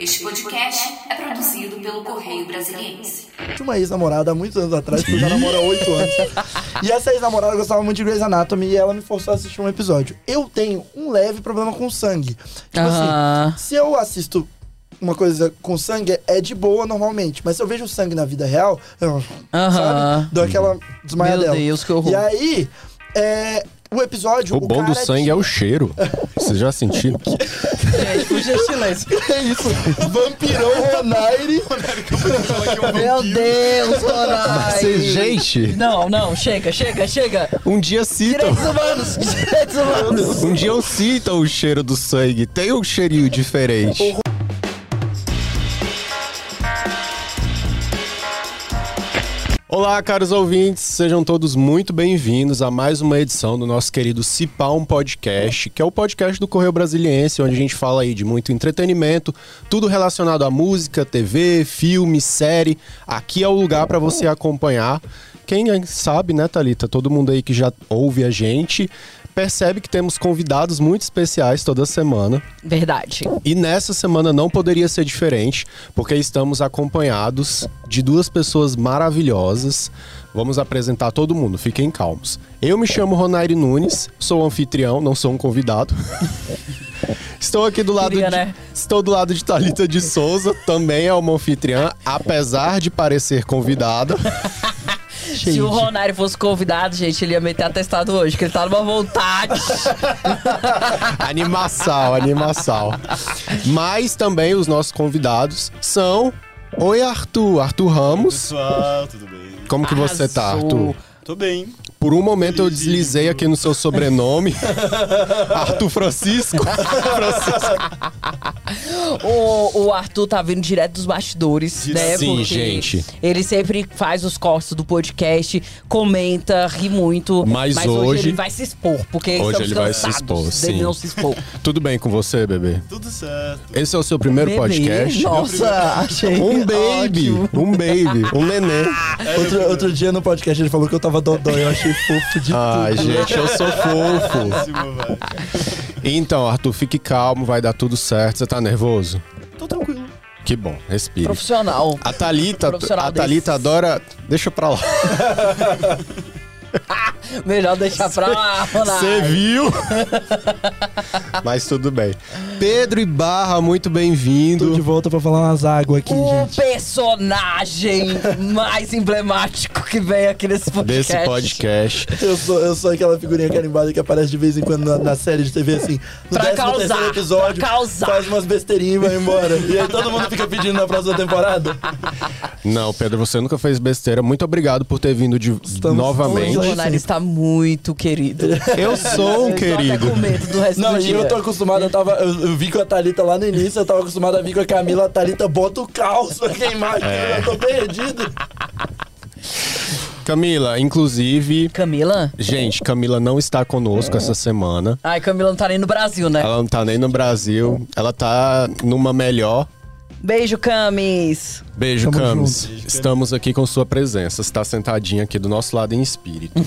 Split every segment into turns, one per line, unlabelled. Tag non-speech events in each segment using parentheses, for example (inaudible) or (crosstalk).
Este podcast é produzido pelo Correio Brasiliense.
Tinha uma ex-namorada há muitos anos atrás, que eu já namoro há oito anos. E essa ex-namorada gostava muito de Grey's Anatomy e ela me forçou a assistir um episódio. Eu tenho um leve problema com sangue. Tipo
Aham.
assim, se eu assisto uma coisa com sangue, é de boa normalmente. Mas se eu vejo sangue na vida real, eu,
Aham.
sabe? Dou aquela desmaiadela.
Meu Deus, que horror.
E aí, é, o episódio...
O bom do
cara
sangue é o cheiro. Vocês já sentiram?
Gente, fuja
(laughs)
silêncio.
É isso. Vampirou Ronaire.
Meu Deus, Ronai.
Vocês, gente,
Não, não, chega, chega, chega.
um dia citam.
Direitos humanos, direitos humanos.
Um dia eu cito o cheiro do sangue. Tem um cheirinho diferente. Olá, caros ouvintes, sejam todos muito bem-vindos a mais uma edição do nosso querido Cipá um Podcast, que é o podcast do Correio Brasiliense, onde a gente fala aí de muito entretenimento, tudo relacionado à música, TV, filme, série. Aqui é o lugar para você acompanhar. Quem sabe, né, Thalita? Todo mundo aí que já ouve a gente percebe que temos convidados muito especiais toda semana.
Verdade.
E nessa semana não poderia ser diferente, porque estamos acompanhados de duas pessoas maravilhosas. Vamos apresentar todo mundo, fiquem calmos. Eu me chamo Ronaire Nunes, sou anfitrião, não sou um convidado. (laughs) Estou aqui do lado
Queria,
de,
né?
estou do lado de Talita de Souza, também é uma anfitriã, apesar de parecer convidada. (laughs)
Se o Ronário fosse convidado, gente, ele ia meter atestado hoje, que ele tá numa
(laughs)
vontade.
Animação, animação. Mas também os nossos convidados são. Oi, Arthur. Arthur Ramos.
Pessoal, tudo bem?
Como que você tá,
Arrasou.
Arthur?
Tô bem.
Por um momento eu deslizei aqui no
(laughs)
seu sobrenome. Arthur Francisco.
O, o Arthur tá vindo direto dos bastidores, né?
Sim,
Porque
gente.
Ele sempre faz os cortes do podcast, comenta, ri muito.
Mas hoje-
ele vai se expor, porque
Hoje
estamos
ele vai se
cansados
expor,
dele
sim.
não se expor.
Tudo bem com você, bebê?
Tudo certo.
Esse é o seu primeiro
Bebê, (laughs)
podcast?
Nossa, achei.
Um baby,
ótimo.
um baby, um neném.
Outro, outro dia no podcast ele falou que eu tava dodói. Eu achei fofo de
Ai,
tudo.
gente, eu sou fofo.
Próximo, vai.
Então, Arthur, fique calmo, vai dar tudo certo. Você tá nervoso?
Tô tranquilo.
Que bom, respira.
Profissional.
A Thalita,
Profissional
a Thalita adora. Deixa pra lá.
Melhor deixar pra
(laughs)
lá,
Você
Ronaldo. (laughs)
viu? Mas tudo bem. Pedro e Barra, muito
Tô de
bem-vindo.
volta pra falar umas águas aqui,
O
gente.
personagem mais emblemático que vem aqui nesse podcast.
Desse podcast.
Eu sou, eu sou aquela figurinha carimbada que aparece de vez em quando na, na série de TV, assim. No
Pra
13º
causar,
episódio,
pra causar.
faz umas besteirinhas e vai embora. E aí todo mundo fica pedindo na próxima temporada.
Não, Pedro, você nunca fez besteira. Muito obrigado por ter vindo de
Estamos
novamente.
O Ronaldo está muito querido.
(laughs)
Eu sou um
Tô até
querido.
com medo do resto
Não,
do
e
dia.
eu tô acostumado, eu, tava, eu, eu vi com a Thalita lá no início, eu tava acostumado a vir com a Camila, a Thalita bota o caos pra queimar aqui,
É.
eu tô perdido.
Camila, inclusive,
Camila?
gente, Camila não está conosco essa semana.
Ai, Camila não tá nem no Brasil, né?
Ela não tá nem no Brasil. Ela tá numa melhor.
Beijo, Camis.
Beijo,
Tamo
Camis.
junto.
Estamos aqui com sua presença. Você está sentadinha aqui do nosso lado
(laughs)
em espírito.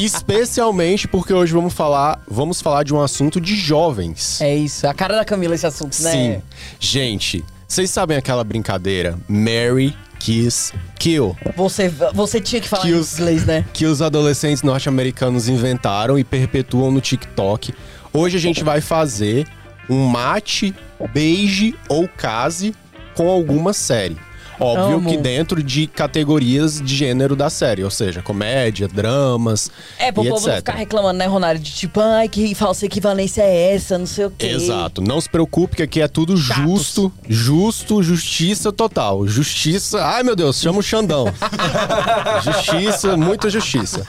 Especialmente porque hoje vamos falar, vamos falar de um assunto de jovens.
É isso, é a cara da Camila esse assunto, né?
Sim. Gente, vocês sabem aquela brincadeira Mary Kiss Kill?
Você, você tinha que falar
Que
em
os-
inglês,
(laughs)
né?
que os adolescentes norte-americanos inventaram e perpetuam no TikTok. Hoje a gente vai fazer um mate, beije ou case com alguma série. Óbvio
Amo.
que dentro de categorias de gênero da série, ou seja, comédia, dramas
É, pro
e
povo não
etc.
ficar reclamando, né, Ronaldo? De tipo, ai, que falsa equivalência é essa, não sei o quê.
Exato. Não se preocupe que aqui é tudo justo, justo, justiça total. Justiça. Ai, meu Deus, chama o
(laughs)
Xandão. justiça, muita justiça.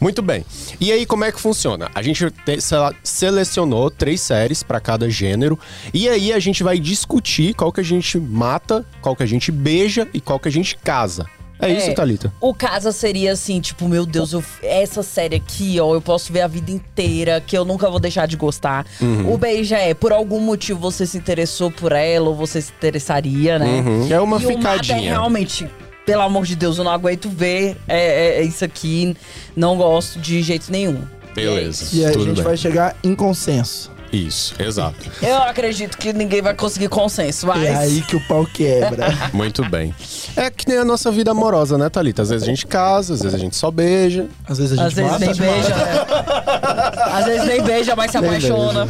Muito bem. E aí, como é que funciona? A gente te- sei lá, selecionou três séries para cada gênero e aí a gente vai discutir qual que a gente mata, qual que a gente beija e qual que a gente casa. É,
É.
isso, Thalita?
O caso seria assim, tipo, meu Deus, eu- essa série aqui, ó, eu posso ver a vida inteira, que eu nunca vou deixar de gostar.
Uhum.
O beijo é, por algum motivo você se interessou por ela, ou você se interessaria, né?
É uma
e o Mata é
ficadinha.
realmente, pelo amor de Deus, eu não aguento ver é, é, é isso aqui. Não gosto de jeito nenhum.
Beleza.
E aí a
tudo
gente
bem.
vai chegar em consenso.
Isso, exato.
Eu acredito que ninguém vai conseguir consenso, mas.
É aí que o pau quebra.
Muito bem. É que nem a nossa vida amorosa, né, Thalita? Às vezes a gente casa, às vezes a gente só beija.
Às vezes a
Às
gente
vezes
mata.
nem beija, né? Às vezes nem beija, mas se apaixona.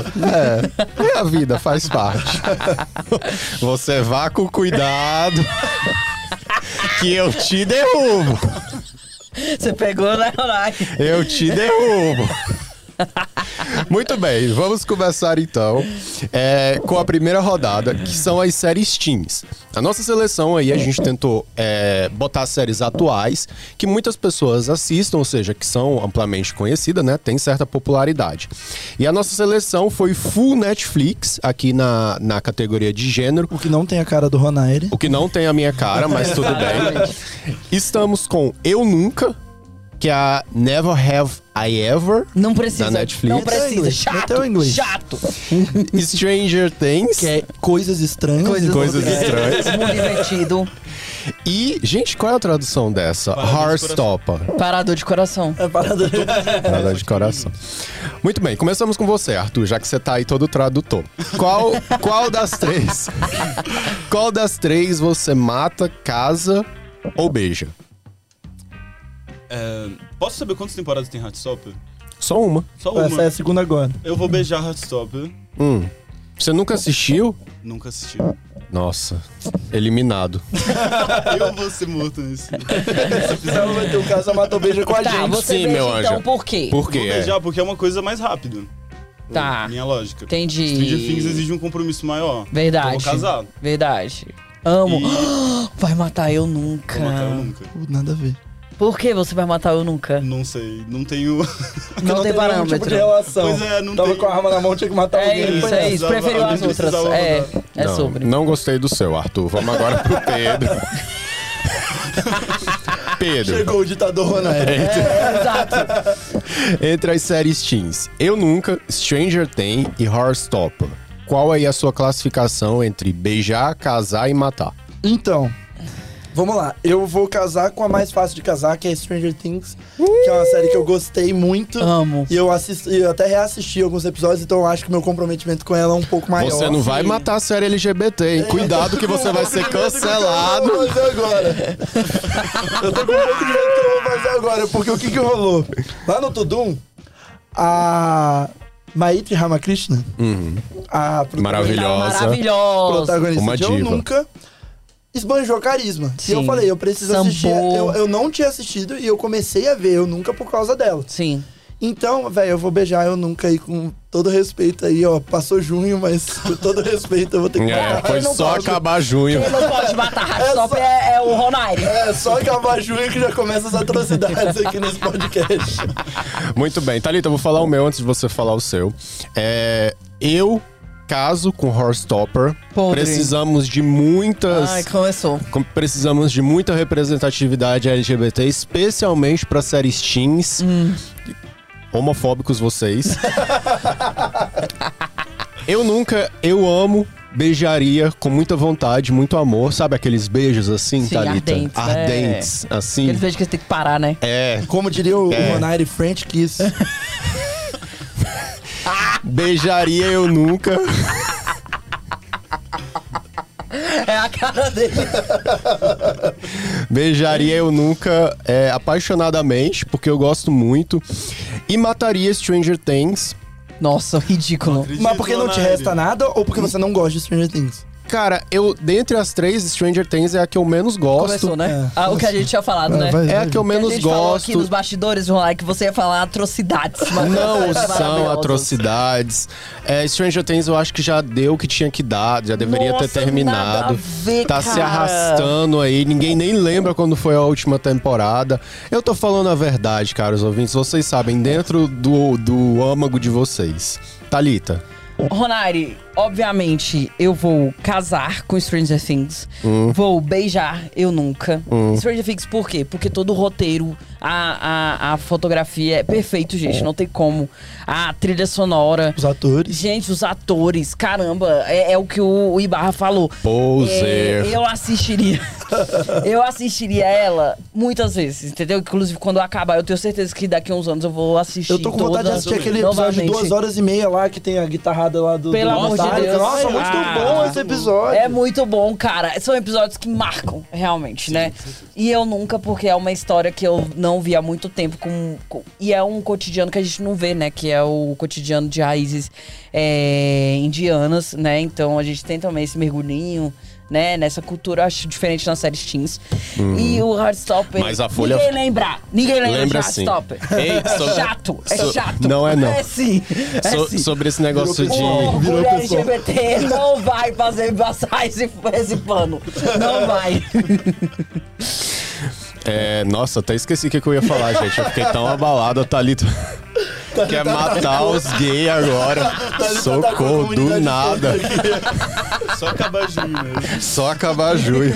É, é a vida, faz parte. (laughs) Você vá com cuidado (laughs) que eu te derrubo.
Você pegou, né, Ronai?
Eu te derrubo. Muito bem, vamos começar então é, com a primeira rodada, que são as séries teens. A nossa seleção aí, a gente tentou é, botar séries atuais, que muitas pessoas assistam, ou seja, que são amplamente conhecidas, né? Tem certa popularidade. E a nossa seleção foi full Netflix, aqui na, na categoria de gênero.
O que não tem a cara do Ronaire.
O que não tem a minha cara, mas tudo bem. Estamos com Eu Nunca, que é a Never Have I
(laughs)
Ever,
Não precisa.
Da Netflix.
Não precisa.
Inglês, meteu
Chato.
em inglês.
Chato.
Stranger Things
Que é coisas estranhas.
Coisas- Coisas estranhas.
Muito divertido.
e. Gente, qual é a tradução dessa?
Parada de
Heartstopper.
Parador de coração.
É parada do...
Parada de coração. Muito bem, começamos com você, Arthur, já que você tá aí todo tradutor. Qual, qual das três? Qual das três você mata, casa ou beija?
É, posso saber quantas temporadas tem Heartstopper?
Só uma.
Só uma.
Essa é a segunda agora.
Eu vou beijar Heartstopper.
Hum. Você nunca assistiu?
Nunca assisti.
Nossa, eliminado.
Eu vou ser morto nesse.
Ela vai ter um caso, mata ou beija com a
Tá,
gente.
você
sim,
beija
meu
então
anjo.
por quê?
Por quê?
Vou
É.
beijar porque é uma coisa mais rápida.
Tá.
Minha lógica.
Entendi.
Stranger Things exige um compromisso maior.
Verdade.
Eu vou casar.
Verdade. Amo.
E
(gasps) Vai matar eu nunca.
vou matar eu nunca.
Uh, Nada a ver.
Por que você vai matar eu nunca?
Não sei, não tenho.
Porque
Não, tem
teve nenhum
parâmetro.
Tipo de relação.
Pois é, não
Tava
tem.
com a arma na mão, tinha que matar
É
alguém.
isso,
foi
é
essa.
isso.
precisava-
Preferiu as
alguém
outras.
precisava
É,
rodar.
é
não, (laughs)
sobre.
Então, Não gostei do seu, Arthur. Vamos agora pro (laughs) Pedro.
(laughs)
Pedro,
Chegou o ditador Ronaire.
Exato.
entre as séries teens, Eu Nunca, Stranger Things e Heartstopper, qual aí a sua classificação entre beijar, casar e matar?
Então, vamos lá. Eu vou casar com a mais fácil de casar, que é Stranger Things, que é uma série que eu gostei muito.
Amo.
E eu assisto, eu até reassisti alguns episódios, então eu acho que o meu comprometimento com ela é um pouco maior.
Você não vai matar a série LGBT, hein? É. (laughs) Cuidado que você vai ser
Eu
cancelado.
vou fazer agora. eu tô com muito medo do que eu vou fazer agora, porque o que que rolou? Lá no Tudum, a Maitri Ramakrishna, a protagonista-
Maravilhosa.
é Maravilhosa.
protagonista
Uma
de
diva.
Eu Nunca esbanjou carisma. E eu
Sim.
falei, eu preciso
Sambou.
assistir. Eu, eu não tinha assistido e eu comecei a ver Eu Nunca por causa dela.
Sim.
Então, velho, eu vou beijar Eu Nunca aí com todo respeito aí, ó. Passou junho, mas com todo respeito eu vou ter que
É,
matar.
foi
Eu não
só
posso.
acabar junho.
Quem não pode matar Heartstopper
só-
é, é o Ronari.
É só acabar junho que já começa as atrocidades aqui nesse podcast.
Muito bem. Thalita, eu vou falar o meu antes de você falar o seu. É, eu caso com Horstopper.
Podre.
Precisamos de muitas.
Ai, começou.
com- Precisamos de muita representatividade LGBT, especialmente para séries teens.
(laughs)
Homofóbicos vocês. eu nunca, eu amo, beijaria com muita vontade, muito amor. Sabe aqueles beijos assim,
Sim,
Thalita?
ardentes, é.
Ardentes, assim.
Eles veem que eles têm que parar, né?
É,
Como diria o
É.
é. French Kiss.
beijaria eu nunca.
É a cara dele.
Beijaria eu nunca é, apaixonadamente, porque eu gosto muito. E mataria Stranger Things.
Nossa, (laughs) ridículo.
Mas porque não te resta nada ou porque você não gosta de Stranger Things?
Cara, eu, dentre as três, Stranger Things é a que eu menos
Começou,
gosto.
né?
É.
Ah, o que a gente tinha falado, né?
Vai, vai,
É a que eu
Que a
menos
gente falou aqui nos
gosto.
bastidores, Ronari, que você ia falar atrocidades. mas- (laughs)
Não são
maravilhosas.
atrocidades. É, Stranger Things eu acho que já deu o que tinha que dar, já deveria
Nossa,
ter terminado.
nada a ver,
tá se
cara.
arrastando aí, ninguém nem lembra quando foi a última temporada. Eu tô falando a verdade, caros ouvintes, vocês sabem, dentro do, do âmago de vocês. Thalita,
Ronari, obviamente, eu vou casar com Stranger Things.
Hum.
Vou beijar, eu nunca. Stranger Things, por quê? Porque todo o roteiro, a, a, a fotografia é perfeito, gente. Não tem como. A trilha sonora.
Os atores.
Gente, os atores, caramba, é, é o que o, o Ibarra falou.
Poser.
É, eu assistiria. Eu assistiria ela muitas vezes, entendeu? Inclusive, quando acabar, eu tenho certeza que daqui a uns anos eu vou assistir.
Eu tô com vontade de
todas
assistir aquele episódio de
novamente.
duas horas e meia lá que tem a guitarrada lá do.
Pelo
do
amor de
Metallica.
Deus.
Nossa, muito
Ah,
bom esse episódio.
É muito bom, cara. São episódios que marcam, realmente, né? E eu nunca, porque é uma história que eu não vi há muito tempo. Com, com- e é um cotidiano que a gente não vê, né? Que é o cotidiano de raízes é, indianas, né? Então a gente tem também esse mergulhinho. Né, nessa cultura, eu acho diferente nas séries teens. E o Heartstopper.
Uhum. Mas a Folha-
Ninguém lembra. Ninguém lembra,
Lembra
de
sim.
Heartstopper.
Ei,
é
sobre-
chato. É
so-
chato.
não é não.
É sim. É
So-
sim.
sobre esse negócio de.
O
Virou
orgulho
pessoal.
LGBT não vai fazer passar esse, esse pano. Não vai.
É, nossa, até esqueci o que, que eu ia falar, gente. Eu fiquei tão abalado, a Thalita. Quer matar os gays agora. Socorro, do nada.
Só acabar de mim mesmo.
Só acabar junho.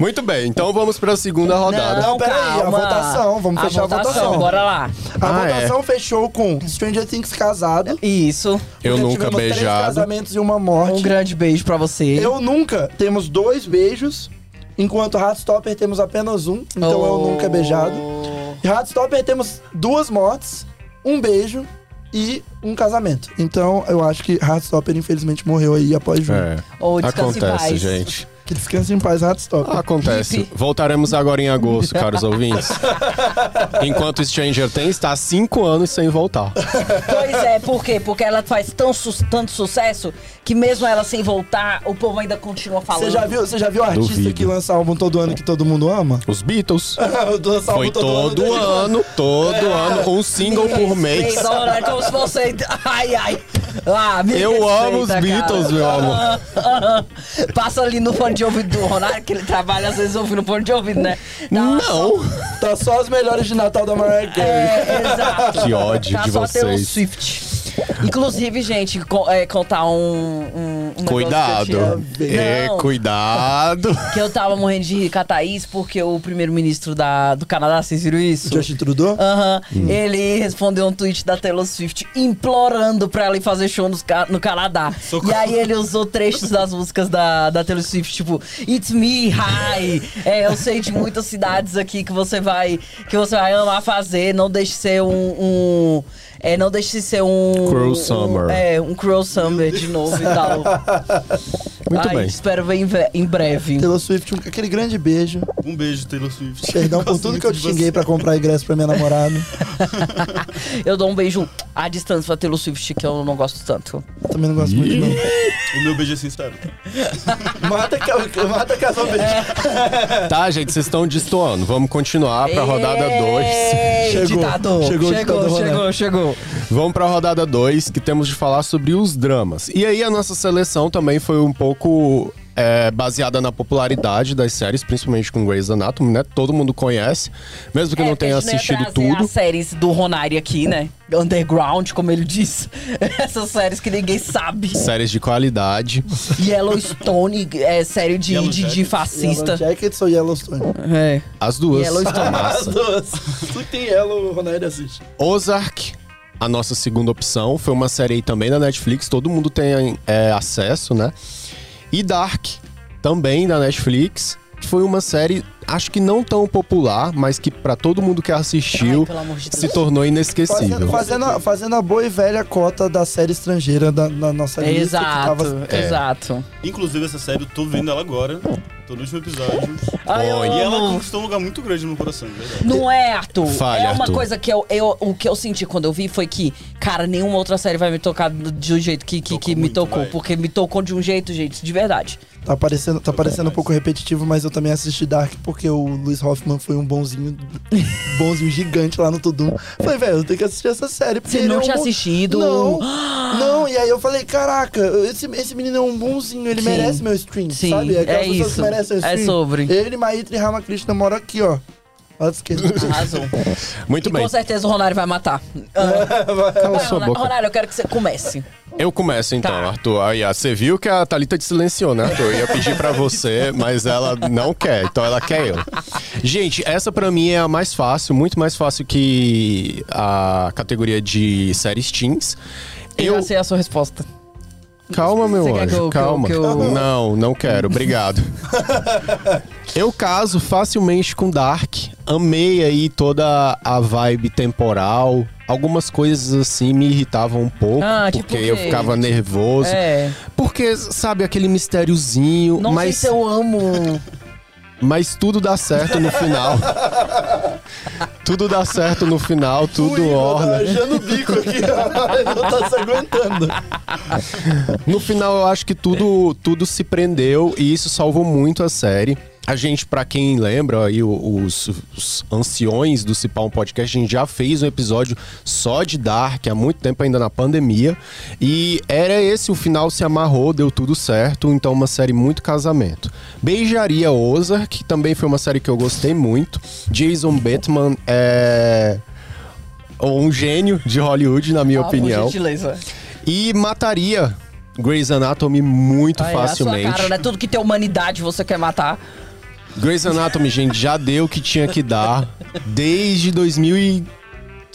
Muito bem, então vamos pra segunda rodada.
Não, peraí, a
calma.
votação, vamos fechar a votação.
Bora lá.
A
Ah, é.
votação fechou com Stranger Things casado.
Isso.
Eu
Já
nunca
tivemos Três
beijado.
casamentos e uma morte.
Um grande beijo pra você.
Eu nunca temos dois beijos, enquanto Heartstopper temos apenas um, então eu
Oh.
nunca beijado. E Heartstopper temos duas mortes, um beijo e um casamento. Então eu acho que Heartstopper infelizmente morreu aí após junho.
É.
Ou descanse em
Acontece,
paz.
gente.
Que descanse em paz, Heartstopper.
Acontece. Voltaremos agora em agosto, caros ouvintes. Enquanto Stranger Things está há cinco anos sem voltar.
Pois é, por quê? Porque ela faz tão su- tanto sucesso que mesmo ela sem voltar, o povo ainda continua falando.
Você já viu, você já viu artista
Duvido.
que lança álbum todo ano que todo mundo ama?
Os Beatles.
Lança álbum
Foi todo
desde
ano, todo ano, um single por mês.
Três horas, é como se fosse. Ai, ai. Ah, me
Eu
respeita,
amo os
cara.
Beatles, meu amor.
Ah, ah, ah. (laughs) Passa ali no fone de ouvido do Ronaldo, que ele trabalha às vezes ouvindo fone de ouvido, né? Tá lá só-
Não!
Tá só os melhores de Natal da Mariah Carey.
É, exato.
Que ódio
tá
de
só
vocês.
Taylor Swift. Inclusive, gente, co- é, contar um. um- um negócio Que eu,
Cuidado.
tinha-
É,
Não,
cuidado.
que eu tava morrendo de rir com a Thaís porque o primeiro-ministro da- do Canadá, vocês viram isso?
Justin Trudeau?
Aham.
Hum.
Ele respondeu um tweet da Taylor Swift implorando pra ela ir fazer show nos ca- no Canadá.
Socorro.
E aí ele usou trechos das músicas da, da Taylor Swift, tipo, It's Me, Hi. É, eu sei de muitas cidades aqui que você vai que você vai amar fazer. Não deixe ser um. um- é, não deixe ser um.
Cruel
um-
Summer.
É, um Cruel Summer de novo e tal.
Muito
Ai,
bem. Então
Espero ver em, ve- em breve.
Taylor Swift, um- aquele grande beijo.
Um beijo, Taylor Swift.
Perdão por
Gosto
tudo
muito
que eu te
de
xinguei
você.
pra comprar ingresso pra minha namorada.
Eu dou um beijo à distância pra Taylor Swift, que eu não gosto tanto.
Também não gosto muito, não.
O meu beijo é sincero.
Mata, ca- mata casal beijo.
Tá, gente, vocês estão destoando. Vamos continuar pra rodada
É.
2.
Ei,
Chegou,
ditador.
chegou o ditador
chegou, chegou,
né?
Ronaldo.
chegou.
Vamos pra rodada 2, que temos de falar sobre os dramas. E aí a nossa seleção também foi um pouco é, baseada na popularidade das séries, principalmente com Grey's Anatomy, né? Todo mundo conhece, mesmo que
É,
não tenha
porque a gente
assistido
não ia trazer
tudo.
assim, As séries do Ronari aqui, né? Underground, como ele diz. (laughs) Essas séries que ninguém sabe.
Séries de qualidade.
Yellowstone, é série de,
Yellow
de, de
Jackets.
Yellow
fascista.
Jackets ou Yellowstone?
É.
As duas.
Yellowstone.
Massa.
duas. Tudo que tem Yellow, o Ronaldo assiste.
Ozark, a nossa segunda opção. Foi uma série aí também da Netflix, todo mundo tem é, acesso, né? E Dark, também da Netflix. que Foi uma série, acho que não tão popular, mas que pra todo mundo que assistiu
Ai, pelo amor de Deus.
se tornou
Fazendo,
inesquecível.
fazendo, a, fazendo a boa e velha cota da série estrangeira da, na nossa lista. Que
Exato,
tava...
é.
exato.
Inclusive, essa série eu tô vendo ela agora. Tô no último episódio.
Ai, eu
Olha.
E ela
amo.
conquistou um lugar muito grande no meu coração, né? de verdade.
Não é, Arthur.
Falha,
é uma
Arthur.
coisa que eu, eu- o que eu senti quando eu vi foi que, cara, nenhuma outra série vai me tocar do, do jeito que, que,
Tocou
que me
muito,
tocou.
vai.
Porque me tocou de um jeito, gente, de verdade.
Tá parecendo, tá parecendo um pouco repetitivo, mas eu também assisti Dark porque o Luiz Hoffman foi um bonzinho, bonzinho gigante lá no Tudum. Falei, velho, eu tenho que assistir essa série. porque
Você
ele
não
é um
tinha
bom-
assistido? (gasps)
Não, não. E aí eu falei, caraca, esse, esse menino é um bonzinho, ele
Sim.
merece meu stream,
Sim,
sabe? Aquelas
é
pessoas
isso.
que merecem o
É
stream.
sobre.
Ele, Maitri e Ramakrishna moram aqui, ó. Lado
(laughs)
esquerdo.
Arrasou.
Muito
E
bem.
com certeza o Ronário vai matar. Vai,
Cala sua
Ronário,
boca.
Ronário, eu quero que você comece.
Eu começo então,
Tá.
Arthur. Aí, ó, você viu que a Thalita te silenciou, né, Arthur? Eu ia pedir pra você, mas ela não quer, então ela quer eu. Gente, essa pra mim é a mais fácil, muito mais fácil que a categoria de séries teens.
Eu
Eu,
já sei a sua é resposta.
Calma, meu
Você quer que
anjo,
eu- que eu-
calma.
que eu-
Não, não
(laughs)
quero, obrigado. eu caso facilmente com Dark. Amei aí toda a vibe temporal. Algumas coisas assim me irritavam um pouco,
Ah, tipo
porque
o
eu
quê?
ficava nervoso.
É.
Porque, sabe, aquele mistériozinho,
Não
mas,
sei se então eu amo.
(laughs) mas tudo dá certo no
(laughs)
final. tudo dá certo no final, tudo orna.
Já no bico aqui, ó. não tá se aguentando.
No final, eu acho que tudo, tudo se prendeu e isso salvou muito a série. A gente, pra quem lembra, aí, o- os, os anciões do Cipá um Podcast, a gente já fez um episódio só de Dark há muito tempo, ainda na pandemia. E era esse, o final se amarrou, deu tudo certo. Então, uma série muito casamento. Beijaria Ozark, que também foi uma série que eu gostei muito. Jason Bateman é. Um gênio de Hollywood, na minha
Ah,
opinião.
Por gentileza.
E mataria Grey's Anatomy muito
Aí,
facilmente.
A sua cara, né? Tudo que tem humanidade você quer matar.
Grey's Anatomy, gente, já deu o que tinha que dar desde 2007.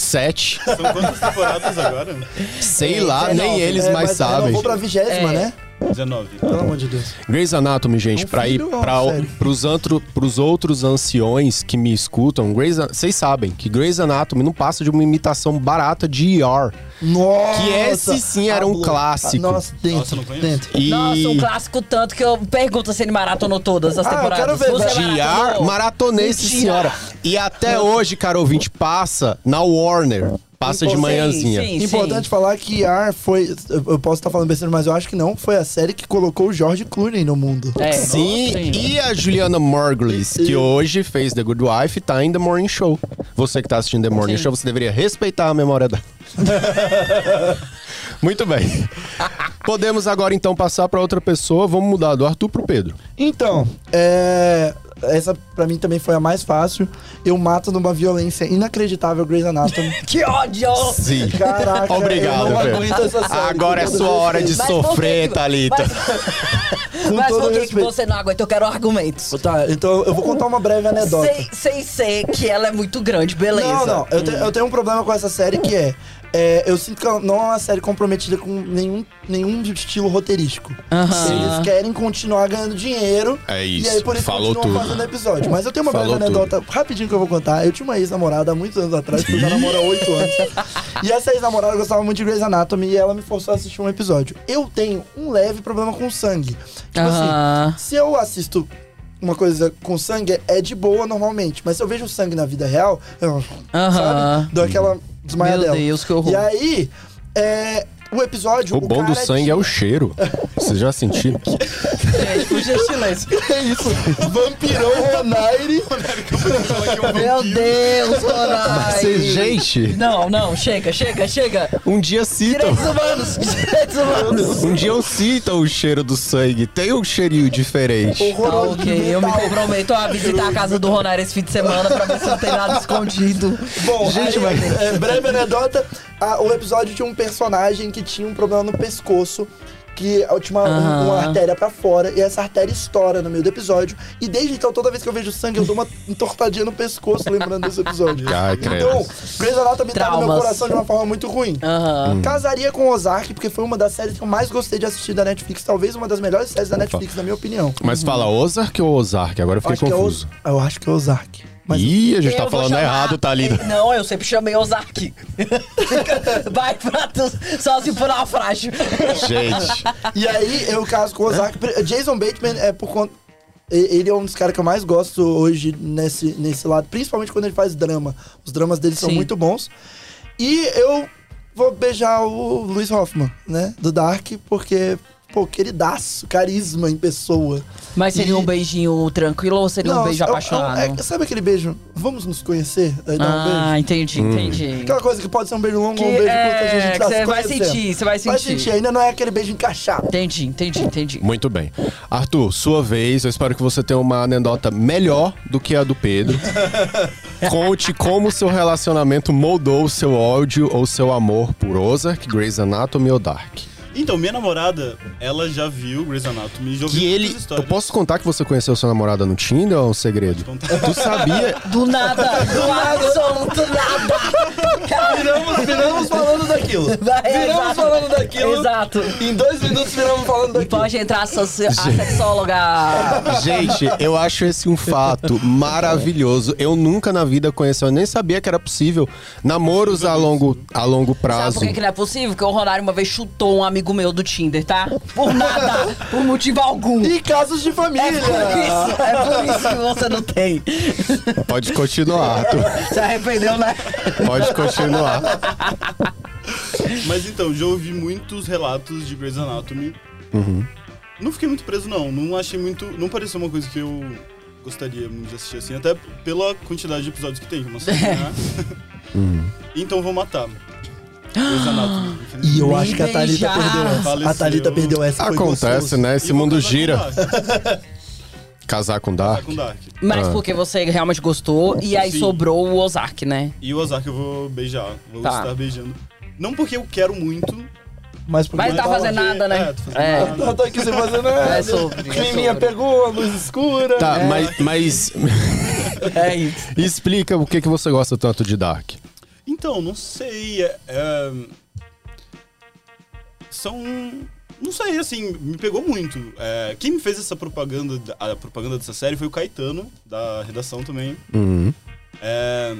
São quantas temporadas agora?
Sei lá,
19,
nem eles
É,
mais
mas
sabem.
Vou pra vigésima,
É.
né?
19.
Pelo amor de Deus.
Grey's Anatomy, gente,
Um
pra ir
filho,
pra,
ó, sério.
pros, antro, pros outros anciões que me escutam, Grey's An- vocês sabem que Grey's Anatomy não passa de uma imitação barata de ER.
Nossa!
Que esse sim era um
Pablo.
clássico.
Nossa, dentro.
Nossa, não conheço.
dentro.
E
Nossa, um clássico tanto que eu pergunto se ele maratonou todas as
Ah, eu
temporadas.
quero ver,
Você
vai.
Diar
maratonou?
maratonei, sim,
é Mentira.
senhora. E até hoje, cara ouvinte, passa na Warner. Passa de
Sim,
manhãzinha.
sim,
Importante falar que AR foi. Eu eu posso estar falando besteira, mas eu acho que não. Foi a série que colocou o George Clooney no mundo.
É.
Sim, e a Juliana Morglis, que hoje fez The Good Wife, tá em The Morning Show. Você que tá assistindo The Morning
Sim.
Show, você deveria respeitar a memória dela. Muito bem. Podemos agora então passar pra outra pessoa. Vamos mudar do Arthur pro Pedro.
Então, é, essa pra mim também foi a mais fácil. Eu mato numa violência inacreditável Grey's Anatomy.
(laughs)
Que ódio!
Sim.
Caraca,
Obrigado,
eu não
velho.
aguento essa série.
Agora é
Com todo
sua hora de
respeito.
Mas por
sofrer,
que que-
Thalita.
Com
Mas
todo
por que, que
respeito.
você não aguenta? Eu quero argumentos.
Tá, então eu vou contar uma breve anedota.
Sem, sem ser que ela é muito grande, beleza.
Não, não. Eu, te- eu tenho um problema com essa série que é, é, Eu sinto que ela não é uma série comprometida com nenhum, nenhum estilo roteirístico.
Aham.
Eles querem continuar ganhando dinheiro.
É
E aí
isso.
por isso
Falou
continuam
tudo.
fazendo episódio. Mas eu tenho uma
Falou
breve anedota rapidinho que eu vou contar. Eu tinha uma ex-namorada há muitos anos atrás, que eu já namoro há 8 anos. E essa ex-namorada gostava muito de Grey's Anatomy e ela me forçou a assistir um episódio. Eu tenho um leve problema com sangue. Tipo assim,
Aham.
se eu assisto uma coisa com sangue, é de boa normalmente. Mas se eu vejo sangue na vida real, eu
Aham.
sabe, dou aquela desmaia
Meu
dela.
Deus, que horror.
E aí, é, o episódio.
O bom do
cara
sangue é o cheiro. Vocês já sentiram?
Gente, por
(laughs)
gentileza.
É isso. Vampirão Ronaire.
Meu Deus, Ronai.
Vocês, gente,
Não, não, chega, chega, chega.
um dia citam.
Direitos humanos, direitos humanos.
Um dia eu cito o cheiro do sangue. Tem um cheirinho diferente.
Tá,
Horroroso de
ok, eu me
metal.
comprometo a visitar a casa do Ronari esse fim de semana pra ver se não tem nada escondido.
Bom,
Gente,
aí,
mas-
é, breve anedota. a- o episódio tinha um personagem que tinha um problema no pescoço. Que tinha uma, um- uma
Ah.
artéria pra fora e essa artéria estoura no meio do episódio. E desde então, toda vez que eu vejo sangue, eu dou uma entortadinha no pescoço, lembrando desse episódio.
(laughs) Ai, credo.
então, Grey's Anatomy tá no meu
Traumas.
coração de uma forma muito ruim.
Aham.
Hum.
Casaria com Ozark, porque foi uma das séries que eu mais gostei de assistir da Netflix. Talvez uma das melhores séries da Netflix, na minha opinião.
Mas fala Ozark ou Ozark? Agora eu fiquei
Uhum. Acho que é
confuso.
Oz- eu acho que é Ozark. Mas
Ih, a gente tá
Eu vou
falando
chamar-
errado, Thalita.
Ei, (laughs) Não, eu sempre chamei Ozark. (laughs) Vai pra tu, sozinho pro naufrágio.
Gente,
E aí, eu caso com o Ozark. Pre- (laughs) Jason Bateman é por conta. e- Ele é um dos caras que eu mais gosto hoje nesse, nesse lado, principalmente quando ele faz drama. Os dramas dele são
Sim.
muito bons. E eu vou beijar o Luiz Hoffman, né? Do Dark, porque, pô, queridaço, carisma em pessoa.
Mas seria um beijinho tranquilo ou seria um beijo
é- é-
apaixonado?
é- sabe aquele beijo? Vamos nos conhecer? Aí dá um beijo.
ah, entendi,
Hum.
entendi.
Aquela coisa que pode ser um beijo longo ou um beijo
Que-
curto, a
é,
gente
que
tá
você
se
vai
conhecendo.
sentir, você vai
Vai
sentir.
sentir, ainda não é aquele beijo encaixado.
Entendi, entendi, entendi.
muito bem. Arthur, sua vez. Eu espero que você tenha uma anedota melhor do que a do Pedro.
(laughs)
Conte como seu relacionamento moldou o seu ódio ou seu amor por Ozark, Grey's Anatomy ou Dark.
Então, minha namorada, ela já viu Grey's Anatomy e já ouviu
Que ele.
muitas
Eu
histórias.
posso contar que você conheceu sua namorada no Tinder ou é um segredo?
Pode
Tu sabia.
(laughs) Do nada, do absoluto nada.
viramos, viramos falando daquilo.
Vai,
viramos
exato.
falando daquilo.
Exato.
Em dois minutos viramos falando daquilo.
Pode entrar a, soci- a sexóloga.
Gente, eu acho esse um fato maravilhoso. Eu nunca na vida conheci, eu nem sabia que era possível namoros a longo, a longo
Sabe
prazo.
por que, que não é possível? Porque o Ronário uma vez chutou um amigo meu do Tinder, tá? Por nada, por motivo algum.
E casos de família.
É por isso, é por isso que você não tem.
Pode continuar, Arthur.
Se arrependeu, né?
Pode continuar.
Mas então, já ouvi muitos relatos de Grey's Anatomy.
Uhum.
Não fiquei muito preso, não. Não achei muito. Não pareceu uma coisa que eu gostaria muito de assistir assim. Até pela quantidade de episódios que tem, que eu não
(laughs)
sei. né?
Uhum.
Então vou matar. Grey's Anatomy.
(gasps)
infelizmente.
E eu
Me
acho que a Thalita
beijar.
perdeu essa. A
Faleceu.
Thalita perdeu essa. foi
Acontece,
gostoso.
né?
E
Esse
vou
mundo
casar com
gira.
Dark,
Casar com
casar
Dark.
com Dark.
Mas porque você realmente gostou e aí
Sim.
sobrou o Ozark, né?
E o Ozark eu vou beijar. Vou
Tá.
estar beijando. Não porque eu quero muito.
Mas, porque
Mas
Mas
tá
tava
fazendo
aqui-
nada, né?
é, tô fazendo
É.
nada.
Eu tô aqui sem fazer nada.
É sobre, é
Climinha
sobre.
pegou, a luz escura.
Tá, mas, mas
É isso.
explica o que, que você gosta tanto de Dark.
Então, não sei. é- é, São. Não sei, assim, me pegou muito. É, quem me fez essa propaganda, da- a propaganda dessa série foi o Caetano, da redação também. É,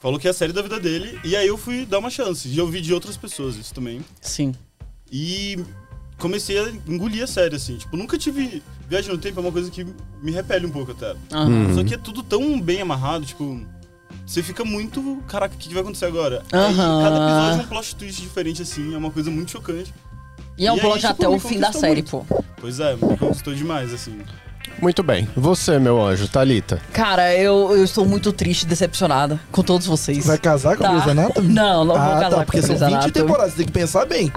falou que é a série da vida dele, e aí eu fui dar uma chance. E eu vi de outras pessoas isso também.
Sim.
E comecei a engolir a série, assim. Tipo, nunca tive. Viagem no tempo é uma coisa que me repele um pouco até.
Aham.
Só que é tudo tão bem amarrado, tipo. Você fica muito. Caraca, o que que vai acontecer agora? Aí,
Aham.
cada episódio é um plot twist diferente, assim, é uma coisa muito chocante.
E é um
E aí,
plot
tipo,
até
me
o fim da
conquistou
série,
muito.
pô.
Pois é, me conquistou demais, assim.
Muito bem. Você, meu anjo, Thalita.
Cara, eu, eu estou muito triste, decepcionada com todos vocês.
Vai casar com a
Tá.
Grey's Anatomy?
Não, não vou
ah,
casar
tá,
com
porque
a
são
Grey's
20
Anatomy.
temporadas, tem que pensar
(laughs)
bem.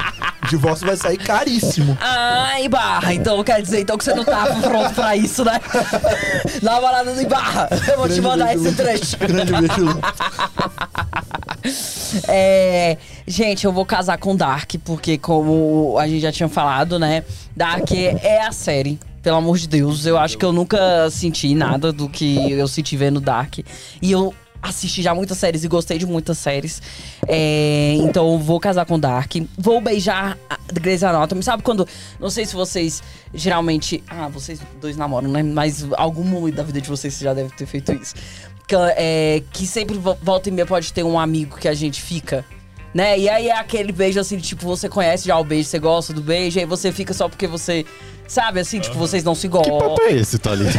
O divórcio vai sair caríssimo.
Ai, barra. Então quer dizer então que você não tá pronto pra isso, né? (laughs) Namorada do Barra. Eu vou te
Grande
mandar
beijo,
esse
Lu.
trecho.
Grande beijo,
(laughs)
Lu.
É, gente, eu vou casar com Dark, porque como a gente já tinha falado, né? Dark é a série. Pelo amor de Deus, eu acho que eu nunca senti nada do que eu senti vendo Dark. E eu assisti já muitas séries e gostei de muitas séries. É, então eu vou casar com Dark. Vou beijar a Grey's Anatomy. Sabe quando. Não sei se vocês geralmente. Ah, vocês dois namoram, né? Mas algum momento da vida de vocês já deve ter feito isso que, é, que sempre vo- volta e meia pode ter um amigo que a gente fica. Né? E aí é aquele beijo assim, de, tipo, você conhece já o beijo, você gosta do beijo, aí você fica só porque você. Sabe assim, tipo, vocês não se
Que
gostam.
papo é esse, Thalita?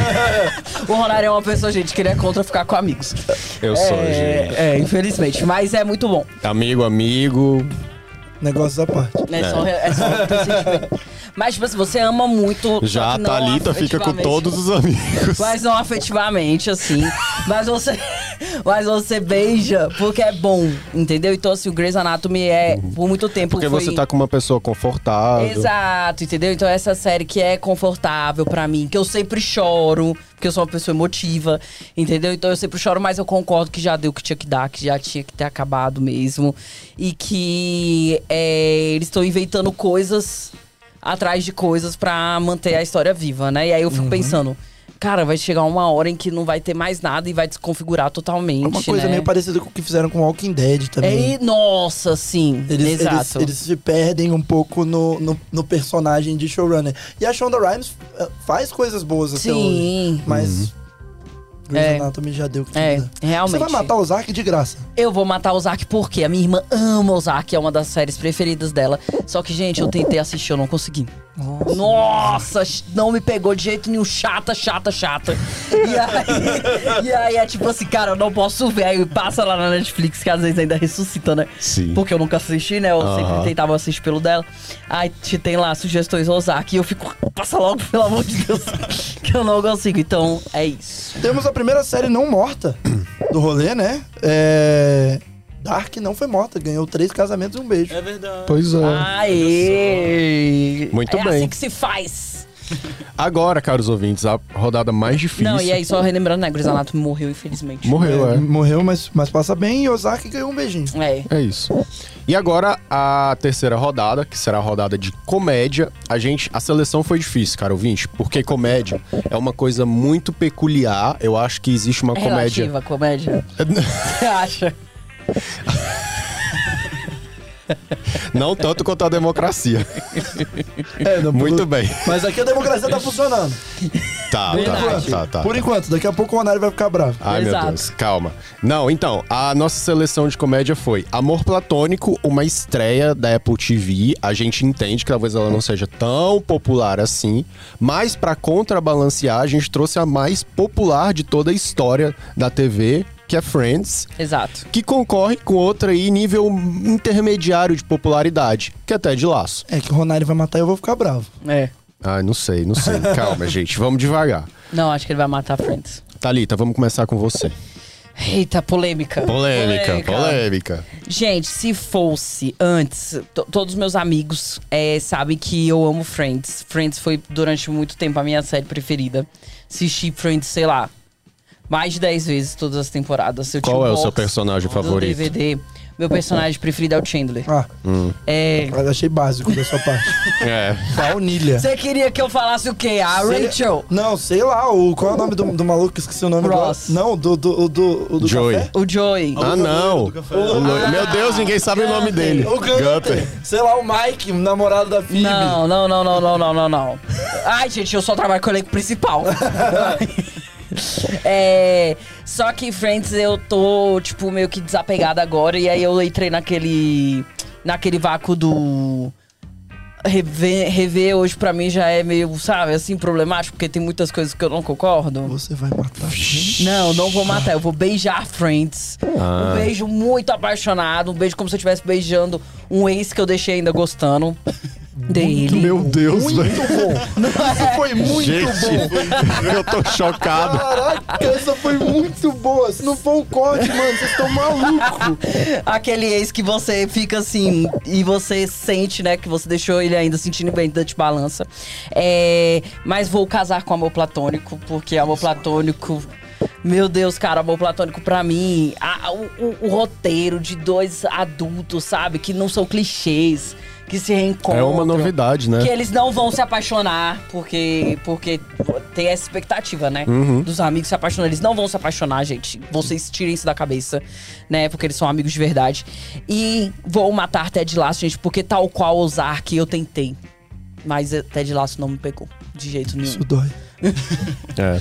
O Ronário é uma pessoa, gente, que ele é contra ficar com amigos.
Eu sou,
é,
gente.
é, infelizmente. Mas é muito bom.
Amigo, amigo.
Negócio da parte.
Né? Só, é só ter sentimento. Mas, tipo assim, você ama muito. só
Já a
que não
Thalita fica com
afetivamente.
todos os amigos.
Mas não afetivamente, assim. Mas você, (laughs) mas você beija porque é bom, entendeu? Então, assim, o Grey's Anatomy é, por muito tempo,
Porque
foi...
você tá com uma pessoa confortável.
Exato, entendeu? Então essa série que é confortável pra mim, que eu sempre choro, porque eu sou uma pessoa emotiva, entendeu? Então eu sempre choro, mas eu concordo que já deu o que tinha que dar, que já tinha que ter acabado mesmo. E que é, eles estão inventando coisas atrás de coisas pra manter a história viva, né? E aí eu
Uhum.
fico pensando, cara, vai chegar uma hora em que não vai ter mais nada e vai desconfigurar totalmente,
É Uma coisa
né?
meio parecida com o que fizeram com Walking Dead também.
É, e- nossa, sim,
Eles, eles-
exato.
eles se perdem um pouco no, no, no personagem de showrunner. E a Shonda Rhimes eh, faz coisas boas até hoje.
sim,
Mas.
É.
Grey's Anatomy já deu o que
é,
tinha que dar.
realmente.
Você vai matar o Zack de graça.
Eu vou matar Ozark porque a minha irmã ama Ozark, é uma das séries preferidas dela. Só que, gente, eu tentei assistir, eu não consegui.
Nossa.
Nossa, ch- não me pegou de jeito nenhum. Chata, chata, chata. E aí, e aí é tipo assim, cara, eu não posso ver. Aí passa lá na Netflix, que às vezes ainda ressuscita, né?
Sim.
Porque eu nunca assisti, né? Eu sempre
Aham.
tentava assistir pelo dela. Aí te tem lá sugestões Ozark e eu fico, passa logo, (laughs) pelo amor de Deus, que eu não consigo. Então, é isso.
Temos a primeira série não morta do rolê, né? É... Dark não foi morta, ganhou três casamentos e um beijo.
É verdade.
Pois é.
Ah, Aê!
Muito
é
bem.
assim que se faz.
Agora, caros ouvintes, a rodada mais difícil.
Não, e aí, só relembrando, né? Grey's Anatomy morreu, infelizmente.
Morreu,
É,
é.
Morreu, mas, mas passa bem e Ozaki ganhou um beijinho.
É.
É isso. E agora a terceira rodada, que será a rodada de comédia. A gente, a seleção foi difícil, cara ouvinte, porque comédia é uma coisa muito peculiar. Eu acho que existe uma É.
É
comédia.
(laughs) relativa, comédia. Você acha?
Não tanto quanto a democracia.
É, não,
Muito
pelo-
bem.
Mas aqui a democracia tá funcionando.
Tá, tá, tá, tá.
Por enquanto, daqui a pouco o Honório vai ficar bravo.
Ai, meu
Exato.
Deus, calma. Não, então, a nossa seleção de comédia foi Amor Platônico, uma estreia da Apple TV. A gente entende que talvez ela não seja tão popular assim, mas pra contrabalancear, a gente trouxe a mais popular de toda a história da TV, que é Friends,
Exato.
que concorre com outra aí nível intermediário de popularidade, que é Ted Laço.
É que o Ronário vai matar e eu vou ficar bravo.
É.
Ai, não sei, não sei. Calma, gente, vamos devagar.
Não, acho que ele vai matar a Friends.
Thalita, vamos começar com você.
Eita, polêmica.
Polêmica, polêmica.
Gente, se fosse antes, to- todos meus amigos eh, sabem que eu amo Friends. Friends foi durante muito tempo a minha série preferida. Assisti Friends, sei lá, mais de 10 vezes todas as temporadas. Eu
Qual
tinha um
é o seu
box
personagem
do
favorito?
DVD. Meu personagem preferido é o Chandler.
Ah,
É,
mas achei básico da sua parte.
É.
Baunilha.
Você queria que eu falasse o quê? A
Sei-
Rachel?
Não, sei lá, o, qual é o nome do, do maluco que esqueci o nome?
Ross.
Do, não, do. do, do, do
Joey.
café?
O Joey?
Ah, não.
Do café.
O Lu-
Ah,
Meu Deus, ninguém sabe o nome
Gunther.
dele.
O Gunter. Sei lá, o Mike, o namorado da Phoebe.
Não, não, não, não, não, não, não, não. Ai, gente, eu só trabalho com o elenco principal. É, só que Friends eu tô, tipo, meio que desapegada agora. E aí eu entrei naquele. naquele vácuo do. Rever, rever hoje pra mim já é meio, sabe, assim, problemático, porque tem muitas coisas que eu não concordo.
Você vai matar. gente?
Não, não vou matar, eu vou beijar Friends.
Ah.
Um beijo muito apaixonado, um beijo como se eu estivesse beijando um ex que eu deixei ainda gostando dele.
Meu Deus,
Muito
velho.
bom. Isso foi muito
Gente,
bom.
eu tô chocado.
Caraca, essa foi muito boa. Se não for um corte, mano, vocês estão malucos.
Aquele ex que você fica assim e você sente, né, que você deixou ele ainda sentindo bem, então te balança. É, mas vou casar com amor platônico, porque amor platônico. Meu Deus, cara, amor platônico pra mim. a- o, o- o roteiro de dois adultos, sabe? Que não são clichês, que se reencontram.
É uma novidade, né?
Que eles não vão se apaixonar, porque, porque tem essa expectativa, né?
Uhum.
Dos amigos se apaixonando. Eles não vão se apaixonar, gente. Vocês tirem isso da cabeça, né? Porque eles são amigos de verdade. E vou matar Ted Lasso, gente, porque tal qual Ozark eu tentei. Mas eh, Ted Lasso não me pegou, de jeito nenhum.
Isso dói.
É.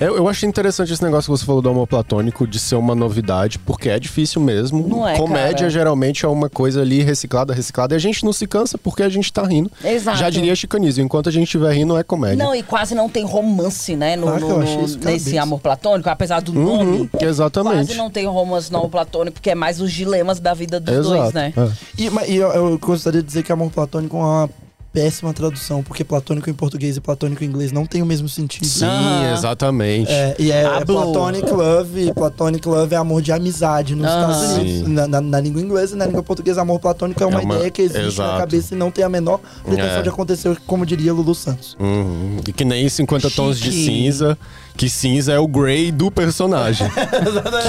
Eu, eu achei interessante esse negócio que você falou do amor platônico de ser uma novidade, porque é difícil mesmo.
Não é,
Comédia
cara.
geralmente é uma coisa ali reciclada, reciclada. E a gente não se cansa porque a gente tá rindo.
Exato.
Já diria Chicanísio, enquanto a gente estiver rindo, é comédia.
Não, e quase não tem romance, né? No,
Claro que eu
no-
achei isso
nesse
cabeça. Uhum,
amor platônico, apesar do nome.
exatamente.
Quase não tem romance no amor platônico, porque é mais os dilemas da vida dos
Exato.
dois, né?
é.
E, mas- e eu, eu gostaria de dizer que amor platônico é uma péssima tradução, porque platônico em português e platônico em inglês não tem o mesmo sentido.
Sim, exatamente.
É, e é,
Ah,
é
bom.
platonic love, e platonic love é amor de amizade nos
Aham.
Estados Unidos.
Ah, Sim.
Na, na- na língua inglesa e na língua portuguesa, amor platônico é uma,
É uma-
ideia que existe
exato.
na cabeça e não tem a menor pretensão
É.
de acontecer, como diria Lulu Santos.
Uhum. E que nem 50 tons de
Chique.
cinza, que cinza é o grey do personagem.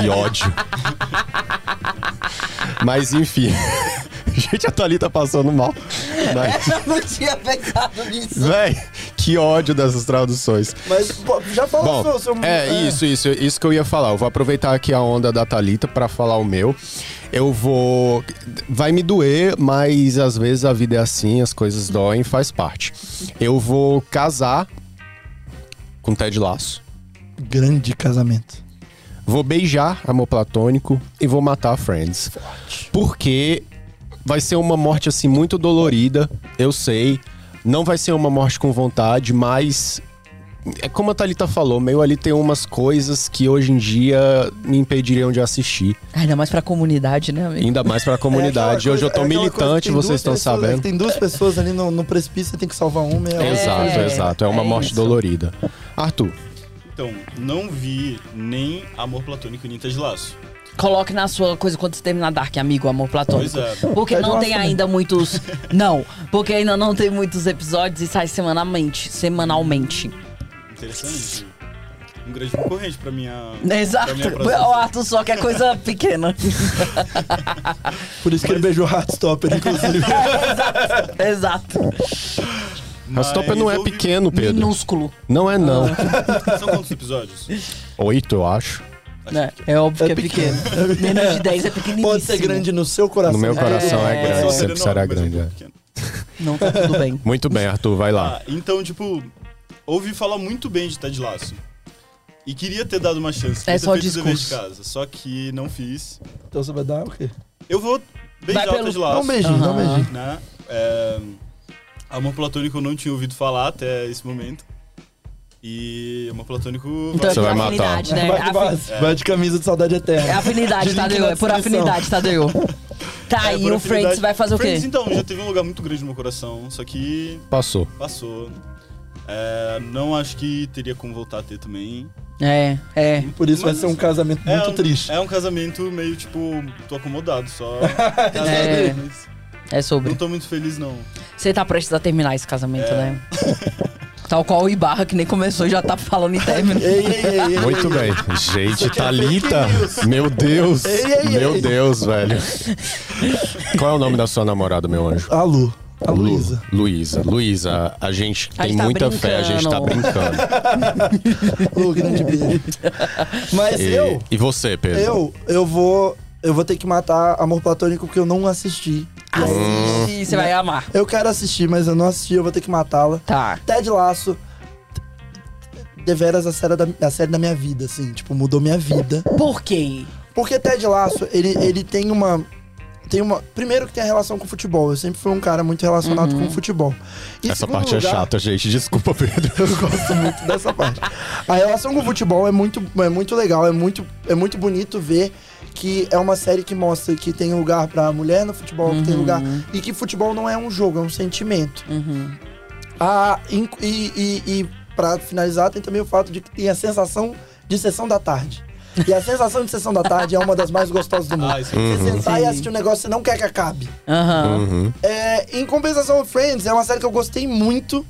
que ódio. Mas enfim. (laughs) Gente, a Thalita passando mal.
(laughs)
Mas,
Eu não tinha pensado nisso.
véi, que ódio dessas traduções.
Mas pô, já fala
Bom,
seu, seu-
é, isso, isso, isso que eu ia falar. Eu vou aproveitar aqui a onda da Thalita pra falar o meu. Eu vou. Vai me doer, mas às vezes a vida é assim, as coisas doem, faz parte. Eu vou casar com Ted Laço.
Grande
É
casamento.
Vou beijar amor platônico e vou matar Friends. Porque vai ser uma morte assim muito dolorida, eu sei. Não vai ser uma morte com vontade, mas é como a Thalita falou, meio ali tem umas coisas que hoje em dia me impediriam de assistir,
Ainda mais pra comunidade, né, amigo?
ainda mais pra comunidade.
(laughs) É aquela
hoje eu tô
coisa- é aquela coisa que
militante,
tem duas
vocês estão
pessoas-
sabendo.
Tem duas pessoas ali no, no precipício, você tem que salvar uma. e a outra-
Exato,
É,
exato. É uma
é
morte
isso.
dolorida. Arthur,
Então, não vi nem Amor Platônico e nem Ted Laço.
Coloque na sua coisa quando você terminar Dark, amigo, amor platônico.
Pois é.
Porque
Pede
não
uma
tem
também.
ainda
(laughs)
muitos. Não, porque ainda não tem muitos episódios e sai semanalmente. Semanalmente.
Interessante. Um grande concorrente pra minha.
Exato.
Pra
(laughs)
minha próxima.
O Arthur só quer
(laughs)
coisa pequena.
Por isso que ele beijou Hardstopper,
(laughs)
inclusive.
Exato.
Mas... Rastopper não é
ouvi-
pequeno, Pedro.
Minúsculo.
Ah.
Não é, não.
São quantos episódios?
Oito, eu acho.
né? É óbvio
É
que é pequeno. Menos de 10 é pequenininho.
(laughs) Pode ser grande no seu coração.
No meu coração é,
É,
grande,
Só
é.
ser
sempre será
enorme, mas
grande.
um
é.
pouco pequeno.
Não tá tudo bem.
Muito bem, Arthur, vai lá.
Ah, então, tipo, ouvi falar muito bem de Ted Laço. E queria ter dado uma chance.
É
queria ter
só
feito o dever de
discurso.
casa, só que não fiz.
Então você vai dar o quê?
Eu vou beijar
pelo-
o Ted
Dá
Laço.
um beijinho, dá um
Aham.
beijinho.
né? É, amor platônico eu não tinha ouvido falar até esse momento. E amor platônico...
Então
Você
é
vai
por
matar.
afinidade, né?
Vai,
Afi-
de base, vai de camisa de saudade
É
eterna.
afinidade,
De link
Tadeu.
na
É por
descrição.
afinidade, Tadeu.
(laughs)
Tá,
É,
e
por
o Friends
afinidade.
vai fazer o quê?
Friends, então, já teve um lugar muito grande no meu coração, só que
Passou.
passou. É, não acho que teria como voltar a ter também.
É, é.
Por isso vai
Mas-
ser um casamento
É
muito
um-
triste.
É um casamento meio, tipo, tô
(laughs)
acomodado só.
É.
Mas
É
Não
sobre.
tô muito feliz, não.
Você tá prestes a terminar esse casamento, né?
É.
Tal qual o Ibarra, que nem começou, já tá falando em
um-
término.
Ei, ei, ei, ei.
Muito bem. Gente, Thalita. Meu Deus.
Ei, ei,
Meu
ei.
Deus, velho. Qual é o nome da sua namorada, meu anjo?
A Lu. A
Lu-
Luísa.
Luísa. Luísa, a gente
A
tem
gente tá
muita fé, a gente tá brincando.
(laughs) Lu, grande
(laughs)
beijo. Mas eu,
E, e você, Pedro?
eu, eu vou. Eu vou ter que matar Amor Platônico porque eu não assisti.
Hum.
Assiste, você vai amar.
Eu quero assistir, mas eu não assisti, eu vou ter que matá-la.
Tá.
Ted Laço. Deveras a série, da, a série da minha vida, assim, tipo, mudou minha vida.
Por quê?
Porque Ted Laço, ele, ele tem uma. Tem uma. Primeiro que tem a relação com o futebol. Eu sempre fui um cara muito relacionado com o futebol. E em
Uhum. Essa
segundo
parte é
lugar,
chata, gente. Desculpa, Pedro.
Eu gosto muito dessa parte. A relação com o futebol é muito, é muito legal, é muito, é muito bonito ver que é uma série que mostra que tem lugar pra mulher no futebol, que tem lugar. E que futebol não é um jogo, é um sentimento. Ah, e, e, e, e pra finalizar, tem também o fato de que tem a sensação de sessão da tarde. E a sensação de sessão da tarde é uma das mais gostosas do mundo.
Ah, isso
Você sentar e
Sim.
assistir um negócio que você não quer que acabe.
Aham.
Uhum.
É, em compensação, Friends é uma série que eu gostei muito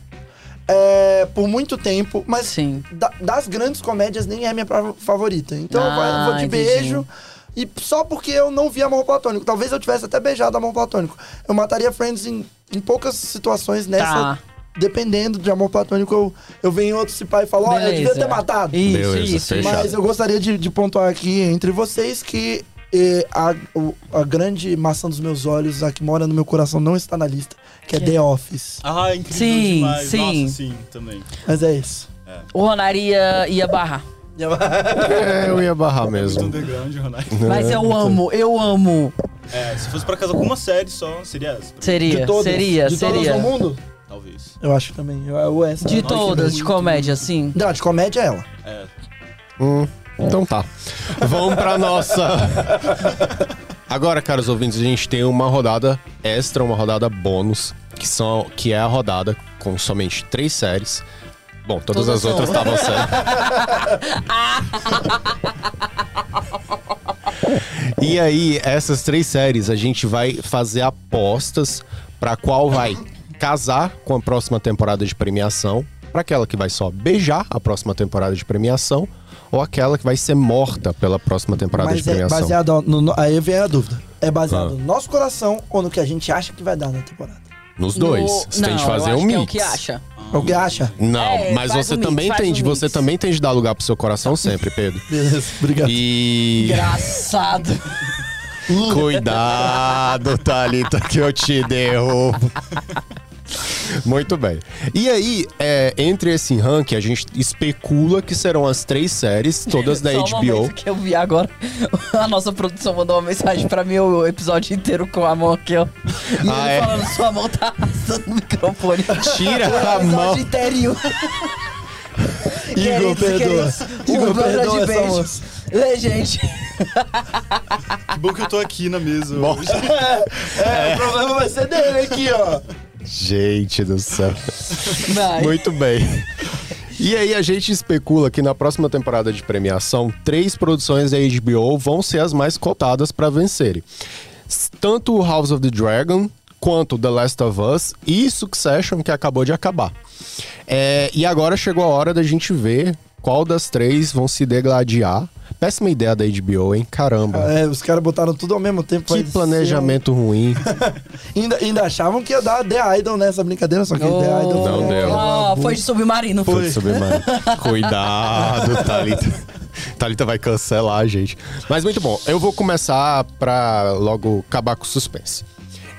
é, por muito tempo, mas
Sim.
da- das grandes comédias nem é minha pra- favorita. Então eu vou- eu vou de
Ah, entendi.
beijo. E só porque eu não vi Amor Platônico. Talvez eu tivesse até beijado Amor Platônico. Eu mataria Friends em, em poucas situações nessa.
Tá.
Dependendo de Amor Platônico, eu, eu venho em outro se pai e falo, ó, eu devia
Beleza.
ter matado.
Isso,
Beleza,
isso,
fechado.
Mas eu gostaria de, de pontuar aqui entre vocês que eh, a, o- a grande maçã dos meus olhos, a que mora no meu coração, não está na lista, que é The Office.
Ah, é incrível
Sim,
demais.
sim.
Nossa, sim, também.
Mas é isso.
O Ronar ia, ia barrar.
É, eu ia barrar
Muito
mesmo.
underground, Ronaldo.
É.
(laughs)
Mas eu amo, eu amo.
É, se fosse pra casar com uma série só, seria essa. pra mim,
Seria,
todas?
seria,
de todas
seria.
no mundo?
Talvez.
Eu acho também. Eu, eu essa.
De
Nossa,
todas,
que
de
bem.
comédia, assim.
Não, de comédia é ela.
É,
Hum, então tá. Vamos pra nossa. Agora, caros ouvintes, a gente tem uma rodada extra, uma rodada bônus, que, são, que é a rodada com somente três séries. Bom, todas,
Todas
as
são.
outras estavam sérias. e aí, essas três séries, a gente vai fazer apostas pra qual vai casar com a próxima temporada de premiação, pra aquela que vai só beijar a próxima temporada de premiação, ou aquela que vai ser morta pela próxima temporada de
Mas é
premiação.
baseado no, no- Aí vem a dúvida. É baseado
Ah.
no nosso coração ou no que a gente acha que vai dar na temporada?
Nos dois.
No-
Você tem
Não,
de
eu
fazer
acho
um
que
mix.
É o que acha.
É O que acha?
Não,
É,
mas
faz
você
um mix,
também
faz
tem
um
de você
mix.
também tem de dar lugar pro seu coração sempre, Pedro.
Beleza, (laughs) obrigado.
E
Engraçado.
cuidado, Thalita, que eu te derrubo. Muito bem. E aí, é, entre esse ranking, a gente especula que serão as três séries,
(laughs)
todas da
Só um
HBO.
momento que eu vi agora. (laughs) A nossa produção mandou uma mensagem pra mim o episódio inteiro com a mão aqui, ó. E
Ah,
ele
é?
falando, sua mão tá arrastando o microfone. (laughs)
Tira
O
a mão.
episódio inteirinho.
Igor, perdoa.
Queridos, queridos,
Igor,
um beijo
perdoa
de
essa
beijo.
moça.
Lê, gente.
que bom que eu tô aqui na mesa
Bom.
hoje.
É, o problema vai ser dele aqui,
(laughs)
ó.
Gente do céu.
Vai.
Muito bem. E aí a gente especula que na próxima temporada de premiação, três produções da HBO vão ser as mais cotadas para vencerem. S- Tanto o House of the Dragon quanto The Last of Us e Succession, que acabou de acabar. É, e agora chegou a hora da gente ver qual das três vão se degladiar. Péssima ideia da HBO, hein? Caramba.
É, os caras botaram tudo ao mesmo tempo. vai
Que
ser
planejamento ruim.
um- Ainda, ainda achavam que ia dar The Idol nessa brincadeira, só que The
Oh.
Idol...
Não
foi- um
Ah,
deu.
Ó, foi de submarino.
Foi. (laughs) Cuidado, Thalita. Thalita vai cancelar a gente. Mas muito bom. Eu vou começar pra logo acabar com o suspense.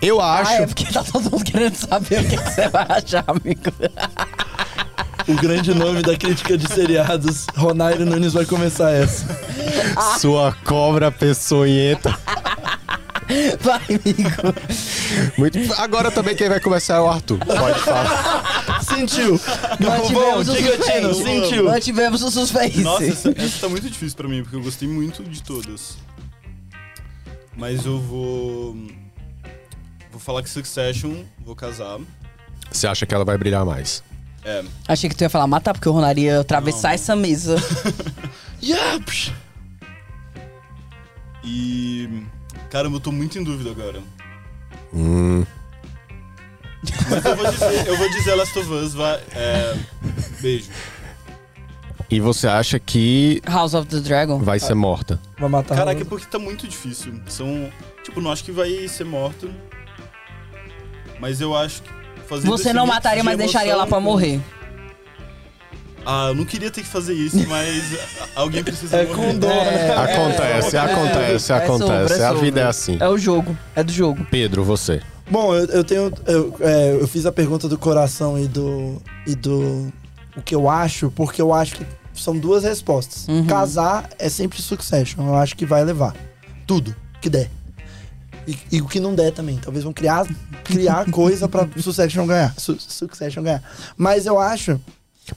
Eu acho.
Ah, é porque tá todo mundo querendo saber o que, que você vai achar, amigo.
O grande nome da crítica de seriados, Ronairo Nunes vai começar essa.
Ah.
Sua cobra peçonhenta.
Vai, amigo.
Muito... Agora também quem vai começar é o Arthur. Pode falar.
Sentiu.
Mantivemos o
Gigatino,
suspense.
sentiu.
Mantivemos o suspense.
Nossa, essa, essa tá muito difícil pra mim, porque eu gostei muito de todas. Mas eu vou. hum, Vou falar que Succession, vou casar.
Você acha que ela vai brilhar mais?
É.
Achei que tu ia falar matar, porque o Ronari ia atravessar essa mesa.
Yaps.
E. Caramba, eu tô muito em dúvida agora.
Hum.
Mas eu vou dizer, eu vou dizer Last of Us, vai. É, beijo.
E você acha que
House of the Dragon.
vai ser morta?
Vai matar.
Caraca, é porque tá muito difícil. São. Tipo, não acho que vai ser morto. Mas eu acho que. Fazer
Você
desse
não
mix
mataria,
de
mas deixaria
emoção
lá pra
com-
morrer.
Ah, eu não queria ter que fazer isso, mas a- alguém precisa
É
morrer.
com dor, né?
Acontece, acontece,
É
acontece.
sobre, é
a vida
sobre.
é assim.
É o jogo. É do jogo.
Pedro, você.
Bom, eu, eu tenho. Eu, é, eu fiz a pergunta do coração e do. e do. o que eu acho, porque eu acho que são duas respostas. Casar é sempre succession. Eu acho que vai levar. Tudo que der. E, e o que não der também. Talvez vão criar, criar coisa pra Succession ganhar. Su- succession ganhar. Mas eu acho.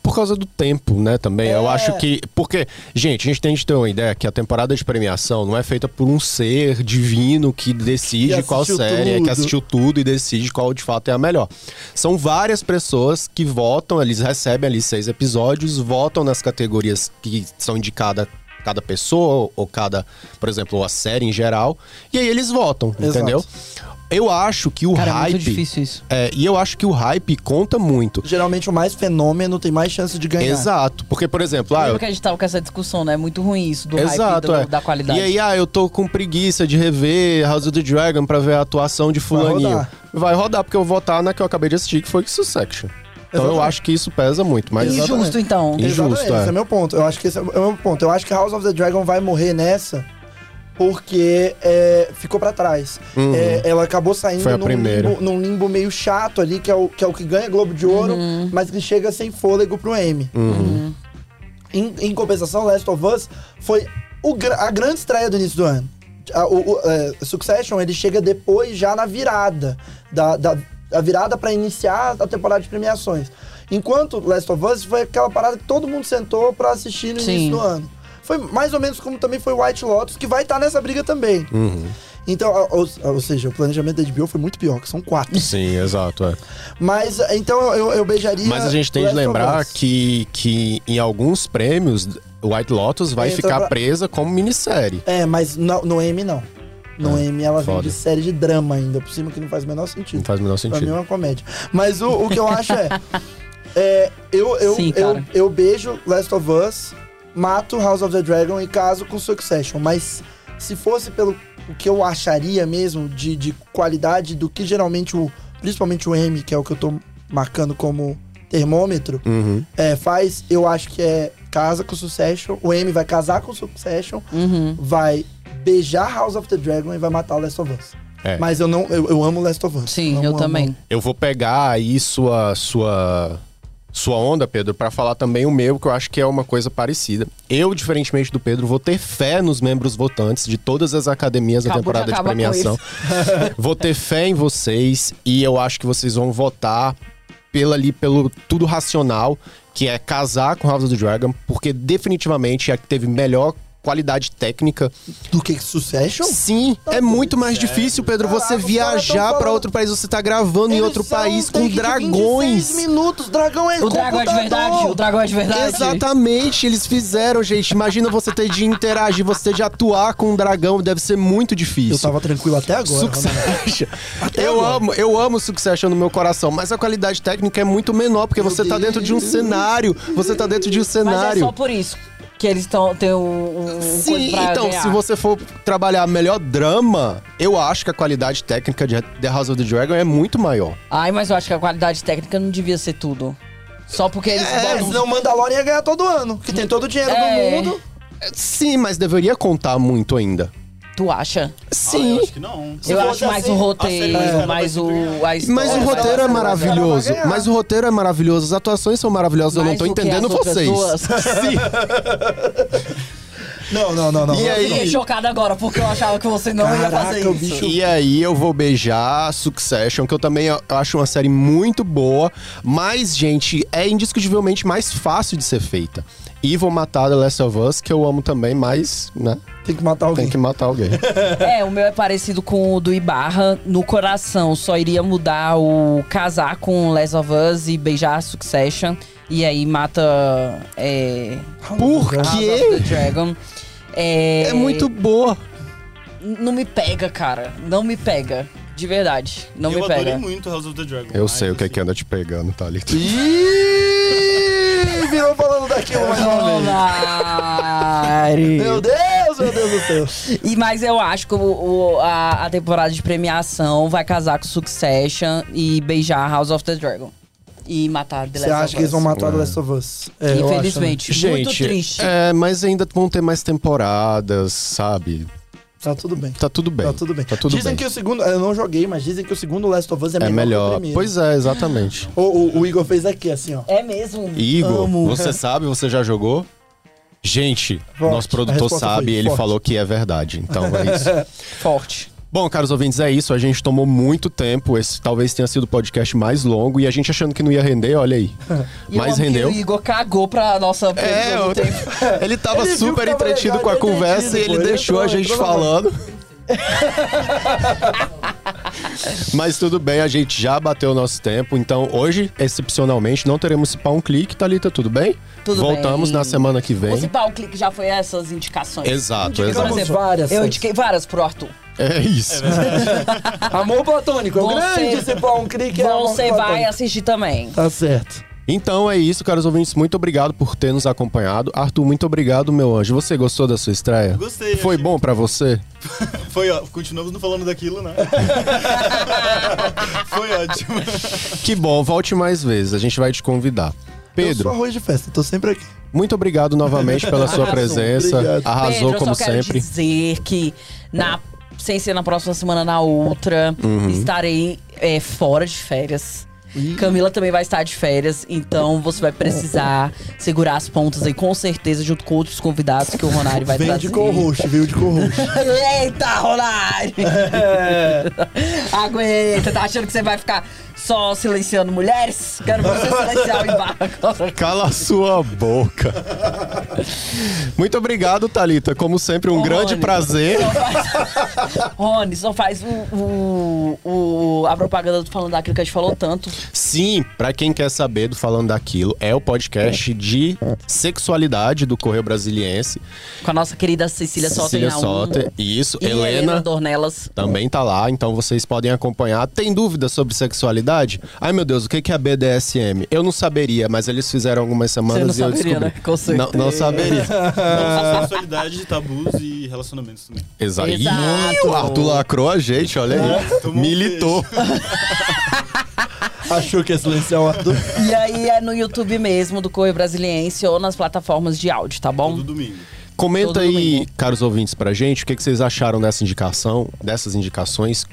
Por causa do tempo, né, também.
É.
Eu acho que. Porque, gente, a gente tem que ter uma ideia que a temporada de premiação não é feita por um ser divino que decide
Que
qual
assistiu
série, é,
tudo.
que assistiu tudo e decide qual de fato é a melhor. São várias pessoas que votam, eles recebem ali seis episódios, votam nas categorias que são indicadas cada pessoa, ou cada, por exemplo, a série em geral, e aí eles votam,
Exato.
entendeu? Eu acho que o
Cara, é
hype.
muito difícil isso.
é, e eu acho que o hype conta muito.
Geralmente o mais fenômeno tem mais chance de ganhar.
Exato, porque, por exemplo, ah, eu
Lembra que a gente tava com essa discussão, né? É muito ruim isso, do hype
Exato,
do-
é.
da qualidade.
E aí, ah, eu tô com preguiça de rever House of the Dragon pra ver a atuação de fulaninho. Vai rodar,
rodar.
porque eu vou votar na que eu acabei de assistir, que foi Succession. Então eu
Exatamente.
acho que isso pesa muito, mas...
Exato.
Injusto, então.
E- Injusto,
Exatamente,
é.
esse é meu ponto. Eu acho que esse é o meu ponto. Eu acho que House of the Dragon vai morrer nessa porque é, ficou pra trás. É, ela acabou saindo
Uhum. Foi a
num
primeira.
limbo, num limbo meio chato ali, que é o que, é o que ganha Globo de Ouro, mas que chega sem fôlego pro M.
Uhum.
Em, em compensação, Last of Us foi o gra- a grande estreia do início do ano. A- o, o, é, Succession, ele chega depois, já na virada. Da, da, a virada pra iniciar a temporada de premiações. Enquanto Last of Us foi aquela parada que todo mundo sentou pra assistir no
Sim.
início do ano. Foi mais ou menos como também foi White Lotus, que vai estar nessa briga também. Então, a- ou, ou seja, o planejamento da HBO foi muito pior, que são quatro.
Sim, exato, é.
Mas, então, eu, eu beijaria...
Mas a gente tem de
é Last of
lembrar
Us.
que, que em alguns prêmios, White Lotus vai
Entra
ficar
pra-
presa como minissérie.
É, mas no, no M não. No M ela vem
foda.
de série de drama ainda, por cima que não faz o menor sentido.
Não faz o menor
Pra mim é
sentido.
uma comédia. Mas o, o que eu acho
(laughs)
é. é, eu, eu,
Sim,
eu,
cara.
eu beijo Last of Us, mato House of the Dragon e caso com Succession. Mas se fosse pelo o que eu acharia mesmo de, de qualidade do que geralmente o. Principalmente o M, que é o que eu tô marcando como termômetro,
Uhum.
é, faz, eu acho que é casa com Succession. O M vai casar com Succession,
Uhum.
vai beijar House of the Dragon e vai matar Last of Us.
É.
Mas eu não, eu, eu amo Last of Us.
Sim,
Não
eu
amo-
também.
Eu vou pegar aí sua sua sua onda, Pedro, pra falar também o meu, que eu acho que é uma coisa parecida. Eu, diferentemente do Pedro, vou ter fé nos membros votantes de todas as academias da
Acabou de
temporada de
acabar com
premiação. (laughs)
(laughs)
vou ter fé em vocês e eu acho que vocês vão votar pela ali pelo tudo racional, que é casar com House of the Dragon, porque definitivamente é a que teve melhor qualidade técnica
Do que Succession?
Sim, é muito mais difícil, Pedro,
Tá Caraca,
você
os caras tão
viajar pra
falando-
outro país, você tá gravando em
Eles
outro
são
país
um
com
take de 26
dragões.
minutos, dragão é
O dragão é de
computador.
verdade, o dragão é de verdade.
Exatamente, eles fizeram, gente. Imagina você ter de interagir, você ter de atuar com um dragão, deve ser muito
Eu
difícil.
tava tranquilo até agora. Ronaldo. (laughs)
Succession. Eu amo, eu amo Succession no meu coração, mas a qualidade técnica é muito menor porque você tá dentro de um cenário, você tá dentro de um
Mas é
cenário.
só por isso que eles estão têm um, um coisa
Sim,
pra
então,
ganhar.
se você for trabalhar melhor drama, eu acho que a qualidade técnica de The House of the Dragon é muito maior.
Ai, mas eu acho que a qualidade técnica não devia ser tudo. Só porque eles
É,
botam...
senão o Mandalorian ia ganhar todo ano, que tem todo o dinheiro
É.
do mundo.
Sim, mas deveria contar muito ainda.
Tu acha?
Ah,
Sim.
eu acho que não.
Se
eu
fosse
acho mais
assim,
o
a
roteiro,
série vai
mais
ser
o.
ganhar.
A história,
Mas o
mais
roteiro é
a-
maravilhoso.
ganhar.
Mas o roteiro é maravilhoso. As atuações são maravilhosas. eu não
mais
tô
do que as
entendendo
outras
vocês. (laughs)
duas.
Sim.
Não, não, não, não.
E aí?
Fiquei chocada agora, porque eu achava que você não ia
Caraca,
fazer
o
isso.
bicho-
E aí eu vou beijar Succession, que eu também a- acho uma série muito boa. Mas, gente, é indiscutivelmente mais fácil de ser feita. E vou matar The Last of Us, que eu amo também, mas, né?
Tem que matar alguém.
Tem que matar alguém.
É, o meu é parecido com o do Ibarra. No coração, só iria mudar o casar com Les of Us e beijar Succession. E aí mata. É,
Por
né?
House
quê?
of the Dragon. É,
É muito boa.
Não me pega, cara. Não me pega. De verdade. Não
eu
me
adorei
pega.
muito House of the Dragon.
Eu
mas,
sei o que é
assim,
que anda te pegando, tá Thalita.
Ih, virou falando daquilo mais uma vez.
Tonari.
Meu Deus, meu Deus do céu.
E, mas eu acho que o, o- a, a temporada de premiação vai casar com Succession e beijar House of the Dragon. E matar
(laughs)
The
Você
Last of
acha que eles vão
Us.
matar The Last of Us? É, eu acho também.
Infelizmente. muito triste.
É, mas ainda vão ter mais temporadas, sabe?
Tá tudo bem.
Tá tudo bem.
Tá tudo bem.
Tá tudo
dizem
bem.
que o segundo. Eu não joguei, mas dizem que o segundo Last of Us é,
é melhor.
que o primeiro.
Pois é, exatamente.
O, o- o Igor fez aqui, assim, ó.
É mesmo.
Igor,
Amo. (laughs)
você sabe, você já jogou? Gente,
Forte.
nosso
A
produtor
resposta
sabe,
foi
ele
forte.
falou que é verdade. Então é isso.
(laughs)
Forte.
Bom, caros ouvintes, é isso. A gente tomou muito tempo. Esse talvez tenha sido o podcast mais longo. E a gente achando que não ia render,
(laughs)
olha aí.
E eu
Mas
amo que
rendeu.
O Igor cagou pra nossa
É,
previsão do
eu-
tempo.
(laughs) ele tava
(laughs) Ele viu
super
que tava
entretido
legal,
com a
ele
conversa
entretido,
e ele
pô, ele
deixou a
entrou,
gente
entrou na
falando.
(laughs)
Mas tudo bem, a gente já bateu o nosso tempo. Então, hoje, excepcionalmente, não teremos se pá um clique, Thalita, tudo bem?
Tudo
Voltamos
bem.
na semana que vem.
O Cipau Clique já foi essas indicações.
Exato,
Por
exato.
exemplo,
várias,
eu
Santos.
indiquei várias pro Arthur.
É isso.
Amor platônico. é o
Você-
grande cipó, um clique. é amor
Você vai
platônico.
assistir também.
Tá certo.
(laughs) Então é isso, caros ouvintes. Muito obrigado por ter nos acompanhado. Arthur, muito obrigado, meu anjo. Você gostou da sua estreia?
Gostei,
Foi
achei-
bom pra você?
Foi, ó, continuamos não falando daquilo, né? Foi ótimo.
Que bom, volte mais vezes. A gente vai te convidar.
Eu sou
Pedro,
arroz de festa, tô sempre aqui.
muito obrigado novamente pela sua
Arrasou,
presença.
obrigado.
Arrasou
Pedro, eu
como
só quero
sempre.
dizer que na sem ser na próxima semana, na outra,
Uhum.
estarei é, fora de férias. Camila também vai estar de férias, então você vai precisar segurar as pontas aí, com certeza, junto com outros convidados que o Ronário vai
Vem
trazer.
de co-host, veio de co-host.
(laughs) Eita, Ronário!
É.
(laughs) Aguenta, tá achando que você vai ficar só silenciando mulheres? Quero ver você silenciar o embargo.
(laughs) Cala a sua boca. muito obrigado, Thalita. Como sempre, um
Ô,
grande
Rony.
prazer.
Só faz- Rony, só faz o, o- o- a propaganda do falando daquilo que a gente falou tanto.
Sim, pra quem quer saber do Falando Daquilo, é o podcast de sexualidade do Correio Brasiliense.
Com a nossa querida Cecília Sotem na 1.
Soter, Isso,
E Helena,
Helena
Dornelas.
Também tá lá, então vocês podem acompanhar. Tem dúvidas sobre sexualidade? Ai meu Deus, o que que é BDSM? Eu não saberia, mas eles fizeram algumas semanas
Você não
e eu
saberia,
descobri.
né? Com certeza.
Não, não saberia.
Nossa, sexualidade, tabus e relacionamentos também.
Exato. Ih,
Exato.
o Arthur lacrou a gente, olha aí.
tomou um
Militou.
(laughs) Achou que ia silenciar o Arthur?
E aí é no YouTube mesmo do Correio Brasiliense ou nas plataformas de áudio, tá bom?
Todo domingo.
Comenta
Todo
aí,
domingo.
caros ouvintes, pra gente, o que, que vocês acharam dessa indicação, dessas indicações,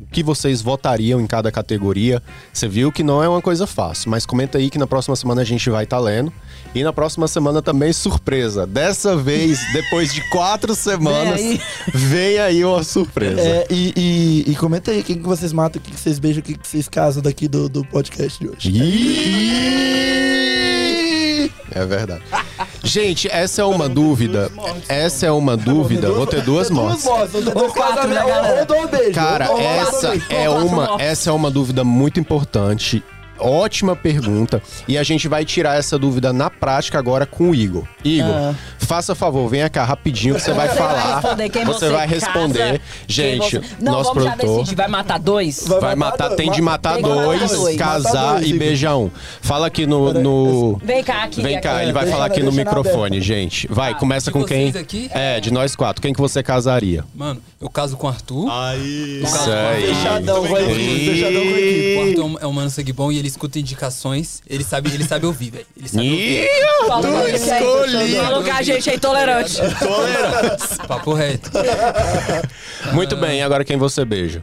o que vocês votariam em cada categoria. Você viu que não é uma coisa fácil, mas comenta aí que na próxima semana a gente vai estar lendo. E na próxima semana também, surpresa. Dessa
(laughs)
vez, depois de quatro semanas,
aí.
vem aí uma surpresa.
É, e, e, e comenta aí quem que vocês matam, quem que vocês beijam, quem que vocês casam daqui do, do podcast de hoje.
Ih! É verdade. Gente, essa é uma dúvida. Essa é uma dúvida. Vou ter duas mortes.
mortes, ou dois
quatro,
casamentos,
né, galera?
ou- ou dois beijos.
Cara,
ou dois
essa
casamentos.
é
Vamos lá,
uma,
vamos lá.
essa é uma dúvida muito importante. Ótima pergunta. E a gente vai tirar essa dúvida na prática agora com o Igor. Igor, faça favor, venha cá rapidinho que você vai
Ah. Você vai
falar.
responder quem você,
você vai
casa,
responder.
quem
Gente,
você- Não,
nosso
vamos já
produtor
decidir. Vai matar dois?
vai matar, tem de matar
tem que matar
dois,
dois.
casar
Matar dois,
e
Igor.
beijar um. Fala aqui no. no-
Vem cá aqui. é,
Vem cá,
aqui.
ele vai
Deixa
falar
na-
aqui no
deixa na
microfone, gente. Vai,
Ah,
Tá,
começa
de
com quem?
vocês aqui?
É, de nós quatro. Quem que você casaria?
Mano, eu caso com o Arthur.
Aí.
Isso aí.
Fechadão, vai,
Ah, Ih.
fechadão com a equipe.
O Arthur é um- é um mano sangue bom e ele escuta indicações. Ele sabe, ele sabe ouvir, velho. Ele sabe ouvir.
Ih,
Fala
Arthur,
pra ele.
escolhi!
Fala que a gente gente é intolerante.
Papo reto.
Muito bem, agora quem você beija?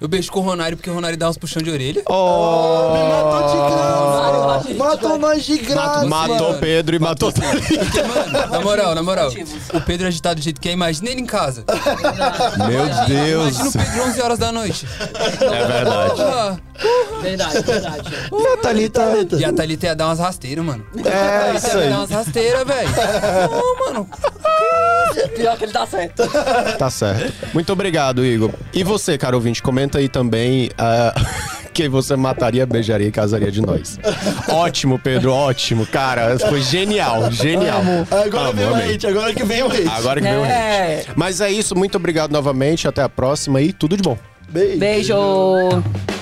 Eu beijo com o Ronário porque o Ronário dá uns puxão de orelha.
Oh,
Me matou de
Matou a
graça.
gente,
Matou nós de graça.
matou
mano.
Pedro e matou.
Mano, na moral, na moral.
Motivos.
O Pedro é agitado do jeito que é, imagina ele em casa.
Meu Deus.
Imagina o Pedro 11 horas da noite.
É verdade.
Porra.
Verdade, verdade.
E a Thalita?
E a Thalita ia dar umas rasteiras, mano.
É
Thalita
isso
ia dar
aí.
umas
(laughs)
rasteiras, velho. Não, mano.
Pior que ele tá certo.
Tá certo. Muito obrigado, Igor. E você, cara ouvinte, comenta aí também ah, (laughs) quem você mataria, beijaria e casaria de nós. Ótimo, Pedro, ótimo. Cara, foi genial, genial.
Agora
Amo,
vem o
amei.
hate, agora que vem o hate.
Agora que veio o
É.
hate. Mas é isso, muito obrigado novamente, até a próxima e tudo de bom.
Beijo.
Beijo.